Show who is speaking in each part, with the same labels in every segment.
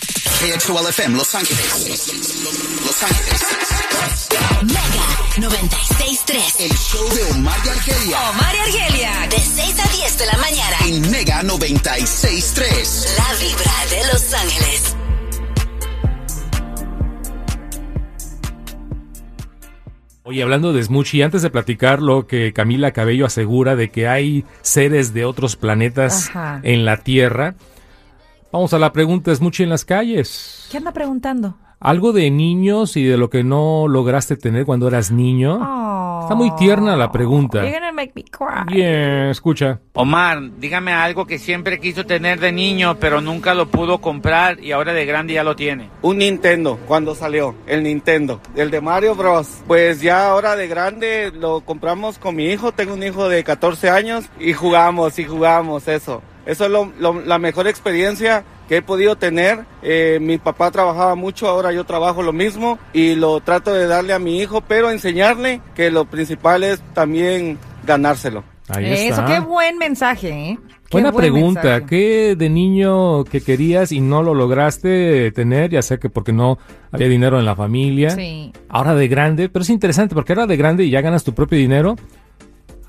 Speaker 1: KXOL FM Los Ángeles. Los Ángeles.
Speaker 2: Mega 96.3.
Speaker 1: El show de Omar y Argelia.
Speaker 2: Omar y Argelia. De 6 a 10 de la mañana.
Speaker 1: En Mega 96.3.
Speaker 2: La vibra de Los Ángeles.
Speaker 3: Oye, hablando de Smoochie, antes de platicar lo que Camila Cabello asegura de que hay seres de otros planetas
Speaker 4: Ajá.
Speaker 3: en la Tierra, vamos a la pregunta Smoochie en las calles.
Speaker 4: ¿Qué anda preguntando?
Speaker 3: Algo de niños y de lo que no lograste tener cuando eras niño. Está muy tierna la pregunta.
Speaker 4: Oh. You're gonna make me cry.
Speaker 3: Bien, escucha.
Speaker 5: Omar, dígame algo que siempre quiso tener de niño, pero nunca lo pudo comprar y ahora de grande ya lo tiene.
Speaker 6: Un Nintendo, cuando salió, el Nintendo, el de Mario Bros. Pues ya ahora de grande lo compramos con mi hijo, tengo un hijo de 14 años y jugamos y jugamos eso. Eso es lo- lo- la mejor experiencia que he podido tener. Eh, mi papá trabajaba mucho, ahora yo trabajo lo mismo y lo trato de darle a mi hijo, pero enseñarle que lo principal es también ganárselo.
Speaker 3: Ahí
Speaker 4: Eso,
Speaker 3: está.
Speaker 4: qué buen mensaje, ¿eh? Qué
Speaker 3: Buena
Speaker 4: buen
Speaker 3: pregunta.
Speaker 4: mensaje.
Speaker 3: ¿Qué de niño que querías y no lo lograste tener? Ya sea que porque no había dinero en la familia.
Speaker 4: Sí.
Speaker 3: Ahora de grande, pero es interesante porque ahora de grande y ya ganas tu propio dinero.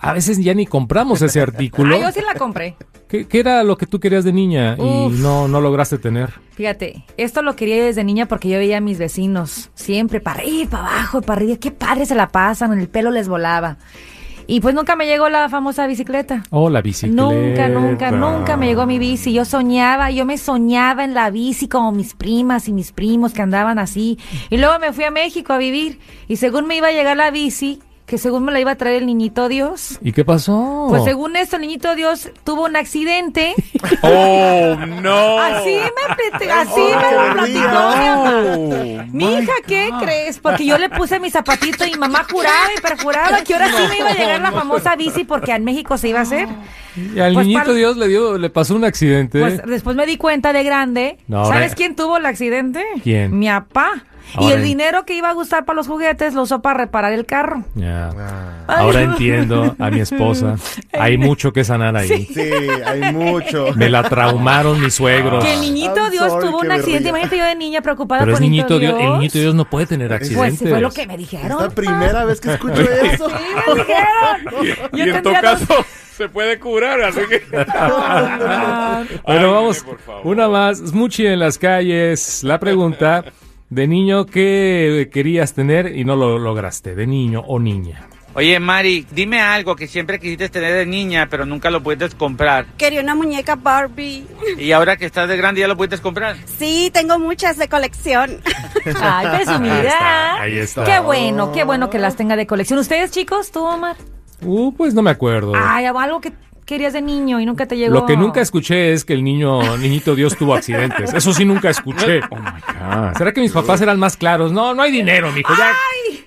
Speaker 3: A veces ya ni compramos ese artículo.
Speaker 4: Ah, yo sí la compré.
Speaker 3: ¿Qué, qué era lo que tú querías de niña y
Speaker 4: Uf.
Speaker 3: no, no lograste tener?
Speaker 4: Fíjate, esto lo quería yo desde niña porque yo veía a mis vecinos siempre para arriba, para abajo, para arriba. Qué padre se la pasan, el pelo les volaba. Y pues nunca me llegó la famosa bicicleta.
Speaker 3: Oh, la bicicleta.
Speaker 4: Nunca, nunca, nunca me llegó mi bici. Yo soñaba, yo me soñaba en la bici como mis primas y mis primos que andaban así. Y luego me fui a México a vivir y según me iba a llegar la bici, que según me la iba a traer el niñito Dios.
Speaker 3: ¿Y qué pasó?
Speaker 4: Pues según esto, el niñito Dios tuvo un accidente.
Speaker 5: ¡Oh, no!
Speaker 4: Así me, plati- así me lo platicó mi
Speaker 5: Oh
Speaker 4: mamá. Mi hija, ¿qué crees? Porque yo le puse mi zapatito y mi mamá juraba y perjuraba que ahora sí me iba a llegar la famosa bici porque en México se iba a hacer.
Speaker 3: Y al
Speaker 4: pues,
Speaker 3: niñito
Speaker 4: pal-
Speaker 3: Dios le dio, le pasó un accidente.
Speaker 4: Pues después me di cuenta de grande.
Speaker 3: No,
Speaker 4: ¿Sabes
Speaker 3: re-
Speaker 4: quién tuvo el accidente?
Speaker 3: ¿Quién?
Speaker 4: Mi papá. Y
Speaker 3: Ahora
Speaker 4: el
Speaker 3: en-
Speaker 4: dinero que iba a usar para los juguetes lo usó para reparar el carro.
Speaker 3: Ya.
Speaker 4: Ah.
Speaker 3: Ahora entiendo a mi esposa. Hay mucho que sanar ahí.
Speaker 7: Sí, hay mucho.
Speaker 3: Me la traumaron mis suegros.
Speaker 4: Que el niñito
Speaker 7: I'm
Speaker 4: Dios
Speaker 7: sorry,
Speaker 4: tuvo un
Speaker 7: qué
Speaker 4: accidente.
Speaker 7: berrinche.
Speaker 4: Imagínate yo de niña preocupada
Speaker 3: Ah. Pero es
Speaker 4: por
Speaker 3: niñito Dios. El niñito Dios no puede tener
Speaker 4: Pues
Speaker 3: accidentes.
Speaker 4: fue lo que me
Speaker 7: Es
Speaker 4: dijeron.
Speaker 7: la primera vez que escucho eso.
Speaker 4: Sí, me dijeron. Yo tendría dos-
Speaker 5: se puede curar, así que...
Speaker 3: Bueno,
Speaker 4: Ah,
Speaker 5: Ay,
Speaker 3: vamos.
Speaker 5: por favor.
Speaker 3: Una más. Smoochie en las calles. La pregunta de niño que querías tener y no lo lograste. De niño o niña.
Speaker 5: Oye, Mari, dime algo que siempre quisiste tener de niña, pero nunca lo pudiste comprar.
Speaker 8: Quería una muñeca Barbie.
Speaker 5: Y ahora que estás de grande ya lo pudiste comprar.
Speaker 8: Sí, tengo muchas de colección.
Speaker 4: Ay, presumida.
Speaker 3: Ahí está.
Speaker 4: Qué bueno, qué bueno que las tenga de colección. ¿Ustedes, chicos? ¿Tú, Omar?
Speaker 3: Uh, pues no me acuerdo.
Speaker 4: Ay, algo que querías de niño y nunca te llegó.
Speaker 3: Lo que nunca escuché es que el niño, niñito Dios tuvo accidentes. Eso sí nunca escuché.
Speaker 5: Oh,
Speaker 3: ¿Será que mis papás eran más claros? No, no hay dinero, mijo. Ya,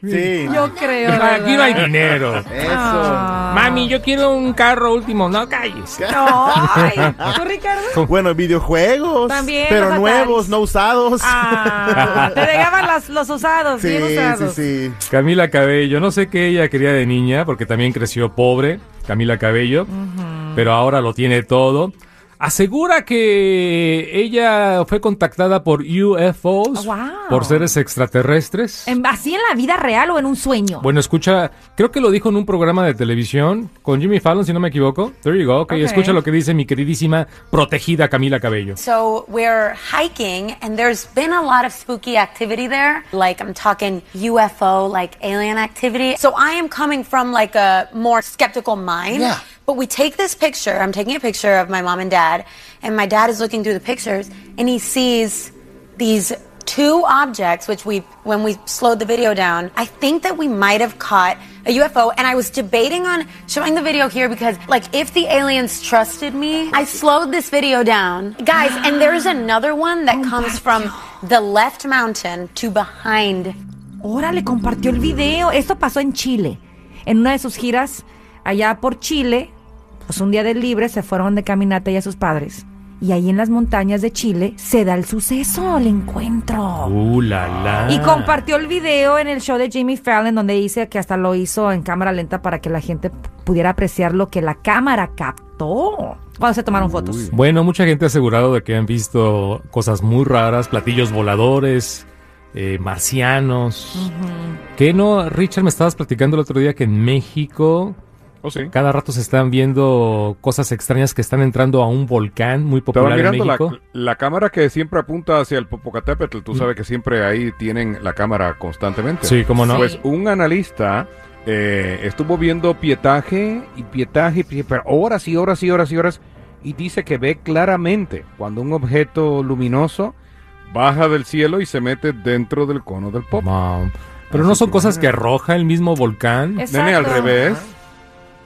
Speaker 7: Sí.
Speaker 4: Yo creo.
Speaker 3: aquí no hay
Speaker 4: ¿verdad? Eh.
Speaker 3: dinero.
Speaker 7: Eso.
Speaker 3: Mami, yo quiero un carro último. No calles.
Speaker 4: Ay, ¿tú, Ricardo?
Speaker 7: Bueno, videojuegos.
Speaker 4: También
Speaker 7: Pero
Speaker 4: los
Speaker 7: nuevos,
Speaker 4: Ataris.
Speaker 7: no usados.
Speaker 4: Ah, te dejaban las- los usados,
Speaker 7: sí,
Speaker 4: bien
Speaker 7: sí,
Speaker 4: usados.
Speaker 7: sí.
Speaker 3: Camila Cabello, no sé qué ella quería de niña, porque también creció pobre, Camila Cabello, pero ahora lo tiene todo. Asegura que ella fue contactada por UFOs,
Speaker 4: Oh, Wow. Em-
Speaker 3: por seres extraterrestres.
Speaker 4: En- ¿Así en la vida real o en un sueño?
Speaker 3: Bueno, escucha, creo que lo dijo en un programa de televisión con Jimmy Fallon, si no me equivoco. There you go. Ok,
Speaker 4: Ok.
Speaker 3: escucha lo que dice mi queridísima protegida Camila Cabello.
Speaker 9: So we're hiking, and there's been a lot of spooky activity there. Like I'm talking UFO, like alien activity. So I am coming from like a more skeptical mind.
Speaker 7: Yeah.
Speaker 9: But we take this picture. I'm taking a picture of my mom and dad, and my dad is looking through the pictures, and he sees these two objects which we when we slowed the video down i think that we might have caught a ufo and i was debating on showing the video here because like if the aliens trusted me i slowed this video down guys and there's another one that comes from the left mountain to behind
Speaker 4: Órale, compartió el video. Esto pasó en Chile. En una de sus giras allá por Chile, pues un día de libre se fueron de caminata y a sus padres. Y ahí en las montañas de Chile se da el suceso, el encuentro.
Speaker 3: Uh, la, la.
Speaker 4: Y compartió el video en el show de Jimmy Fallon donde dice que hasta lo hizo en cámara lenta para que la gente p- pudiera apreciar lo que la cámara captó cuando se tomaron fotos.
Speaker 3: Bueno, mucha gente ha asegurado de que han visto cosas muy raras, platillos voladores, eh, marcianos. ¿Qué no, Richard? Me estabas platicando el otro día que en México
Speaker 10: Oh, sí.
Speaker 3: cada rato se están viendo cosas extrañas que están entrando a un volcán muy
Speaker 10: Estaba
Speaker 3: popular en
Speaker 10: mirando la,
Speaker 3: México. Mm.
Speaker 10: la cámara que siempre apunta hacia el Popocatépetl. Tú sabes que siempre ahí tienen la cámara constantemente.
Speaker 3: Sí, cómo no.
Speaker 10: Pues un analista eh, estuvo viendo pietaje Ah, y pietaje, pie- pero horas y horas y horas y horas, y dice que ve claramente cuando un objeto luminoso baja del cielo y se mete dentro del cono del pop.
Speaker 3: Mam. Pero no son cosas que arroja el mismo volcán.
Speaker 10: Nene, al revés.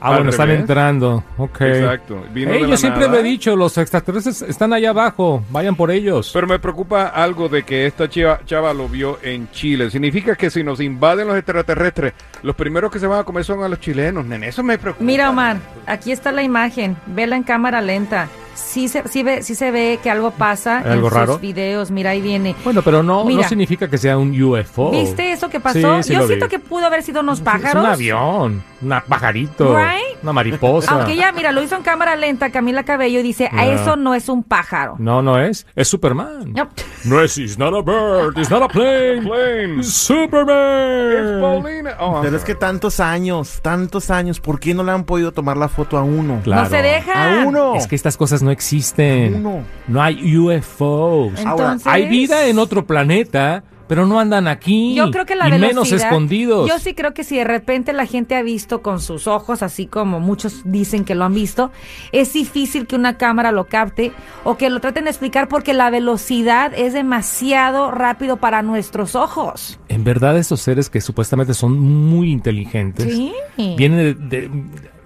Speaker 3: ah, bueno,
Speaker 10: al
Speaker 3: están
Speaker 10: revés.
Speaker 3: entrando. Ok.
Speaker 10: Exacto. Vino
Speaker 3: Ey,
Speaker 10: de la
Speaker 3: yo siempre
Speaker 10: nada.
Speaker 3: lo he dicho, los extraterrestres están allá abajo, vayan por ellos.
Speaker 10: Pero me preocupa algo de que esta chiva- chava lo vio en Chile. Significa que si nos invaden los extraterrestres, los primeros que se van a comer son a los chilenos, nene. Eso me preocupa.
Speaker 4: Mira, Omar, aquí está la imagen. Vela en cámara lenta. Sí se, sí ve, sí se ve que algo pasa
Speaker 3: ¿Hay algo
Speaker 4: en
Speaker 3: raro?
Speaker 4: sus videos. Mira, ahí viene.
Speaker 3: bueno, pero no, no
Speaker 4: Mira.
Speaker 3: significa que sea un UFO.
Speaker 4: ¿Viste eso que pasó?
Speaker 3: Oh. Sí, sí
Speaker 4: Yo
Speaker 3: lo
Speaker 4: siento
Speaker 3: vi.
Speaker 4: que pudo haber sido unos
Speaker 3: Es
Speaker 4: pájaros.
Speaker 3: un avión, un pajarito,
Speaker 4: Right?
Speaker 3: una mariposa.
Speaker 4: Aunque ya, mira, lo hizo en cámara lenta Camila Cabello y dice, a
Speaker 3: Ya.
Speaker 4: eso no es un pájaro.
Speaker 3: No, no es. Es Superman.
Speaker 4: No.
Speaker 3: No es, it's not a bird, it's not a plane.
Speaker 10: Plane.
Speaker 3: it's Superman.
Speaker 10: It's Paulina. Oh, I'm
Speaker 7: Pero es que
Speaker 10: sorry.
Speaker 7: tantos años, tantos años, ¿por qué no le han podido tomar la foto a uno?
Speaker 3: Claro.
Speaker 4: No se deja.
Speaker 7: A uno.
Speaker 3: Es que estas cosas no existen.
Speaker 7: Uno.
Speaker 3: No hay UFOs.
Speaker 4: Entonces,
Speaker 3: Hay vida en otro planeta, pero no andan aquí.
Speaker 4: Yo creo que la
Speaker 3: y
Speaker 4: velocidad.
Speaker 3: menos escondidos.
Speaker 4: Yo sí creo que si de repente la gente ha visto con sus ojos, así como muchos dicen que lo han visto, es difícil que una cámara lo capte o que lo traten de explicar porque la velocidad es demasiado rápido para nuestros ojos.
Speaker 3: En verdad, esos seres que supuestamente son muy inteligentes
Speaker 4: Sí.
Speaker 3: vienen de, de-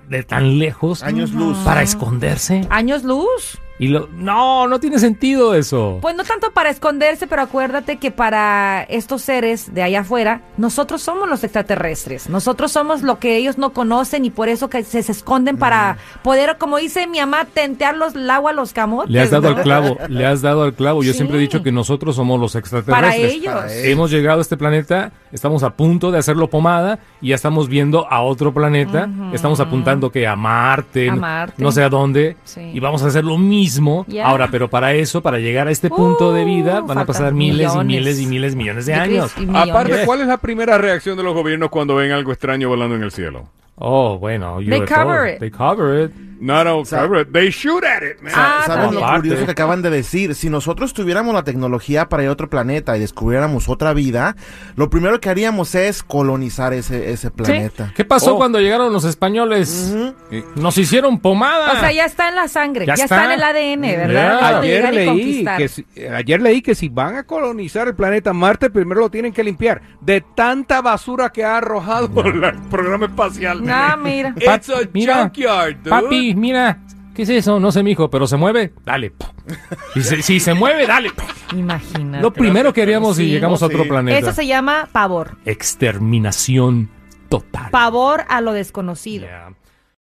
Speaker 3: de tan lejos
Speaker 7: Años luz.
Speaker 3: para esconderse.
Speaker 4: Años luz.
Speaker 3: Y lo, no, no tiene sentido eso.
Speaker 4: Pues no tanto para esconderse, pero acuérdate que para estos seres de allá afuera, nosotros somos los extraterrestres. Nosotros somos lo que ellos no conocen y por eso que se, se esconden para poder, como dice mi mamá, tentear los, el agua a los camotes.
Speaker 3: Le has dado
Speaker 4: pues, ¿no?
Speaker 3: al clavo, le has dado al clavo. Yo
Speaker 4: Sí.
Speaker 3: siempre he dicho que nosotros somos los extraterrestres.
Speaker 4: Para ellos. Para ellos.
Speaker 3: Hemos llegado a este planeta, estamos a punto de hacerlo pomada y ya estamos viendo a otro planeta. Estamos apuntando que a Marte,
Speaker 4: A
Speaker 3: no-
Speaker 4: Marte.
Speaker 3: no sé a dónde,
Speaker 4: Sí.
Speaker 3: y vamos a hacer lo mismo.
Speaker 4: Ya.
Speaker 3: Ahora, pero para eso, para llegar a este punto de vida,
Speaker 4: Uh,
Speaker 3: van a pasar
Speaker 4: faltan
Speaker 3: miles y
Speaker 4: millones.
Speaker 3: miles y miles millones de
Speaker 4: Yo creo
Speaker 3: años.
Speaker 4: que sí,
Speaker 10: Aparte,
Speaker 4: millones.
Speaker 10: ¿cuál es la primera reacción de los gobiernos cuando ven algo extraño volando en el cielo?
Speaker 3: Oh, bueno,
Speaker 4: They
Speaker 3: UFO,
Speaker 4: cover it.
Speaker 3: They cover it.
Speaker 10: No, no, cover it. They shoot at it, man.
Speaker 4: Ah,
Speaker 7: ¿Sabes lo
Speaker 3: Aparte.
Speaker 7: curioso que acaban de decir? Si nosotros tuviéramos la tecnología para ir a otro planeta y descubriéramos otra vida, lo primero que haríamos es colonizar ese, ese planeta.
Speaker 3: ¿Qué pasó
Speaker 10: Oh.
Speaker 3: cuando llegaron los españoles? Nos hicieron pomada.
Speaker 4: o sea, ya está en la sangre, ya,
Speaker 3: Ya
Speaker 4: está.
Speaker 3: está.
Speaker 4: en el ADN,
Speaker 3: Ya.
Speaker 4: ¿verdad? Antes de
Speaker 10: Ayer
Speaker 4: llegar y
Speaker 10: leí,
Speaker 4: conquistar.
Speaker 10: que si, ayer leí que si van a colonizar el planeta Marte, primero lo tienen que limpiar de tanta basura que ha arrojado el programa espacial.
Speaker 4: No, Ah, mira.
Speaker 10: It's a junkyard, dude.
Speaker 3: Papi, mira. ¿Qué es eso? No sé, mijo, pero se mueve. Dale. Y se- si se mueve, dale.
Speaker 4: Imagínate.
Speaker 3: Lo primero que haríamos si
Speaker 7: Sí,
Speaker 3: llegamos a otro
Speaker 7: sí.
Speaker 3: planeta.
Speaker 4: Eso se llama pavor.
Speaker 3: Exterminación total.
Speaker 4: Pavor a lo desconocido.
Speaker 3: Yeah.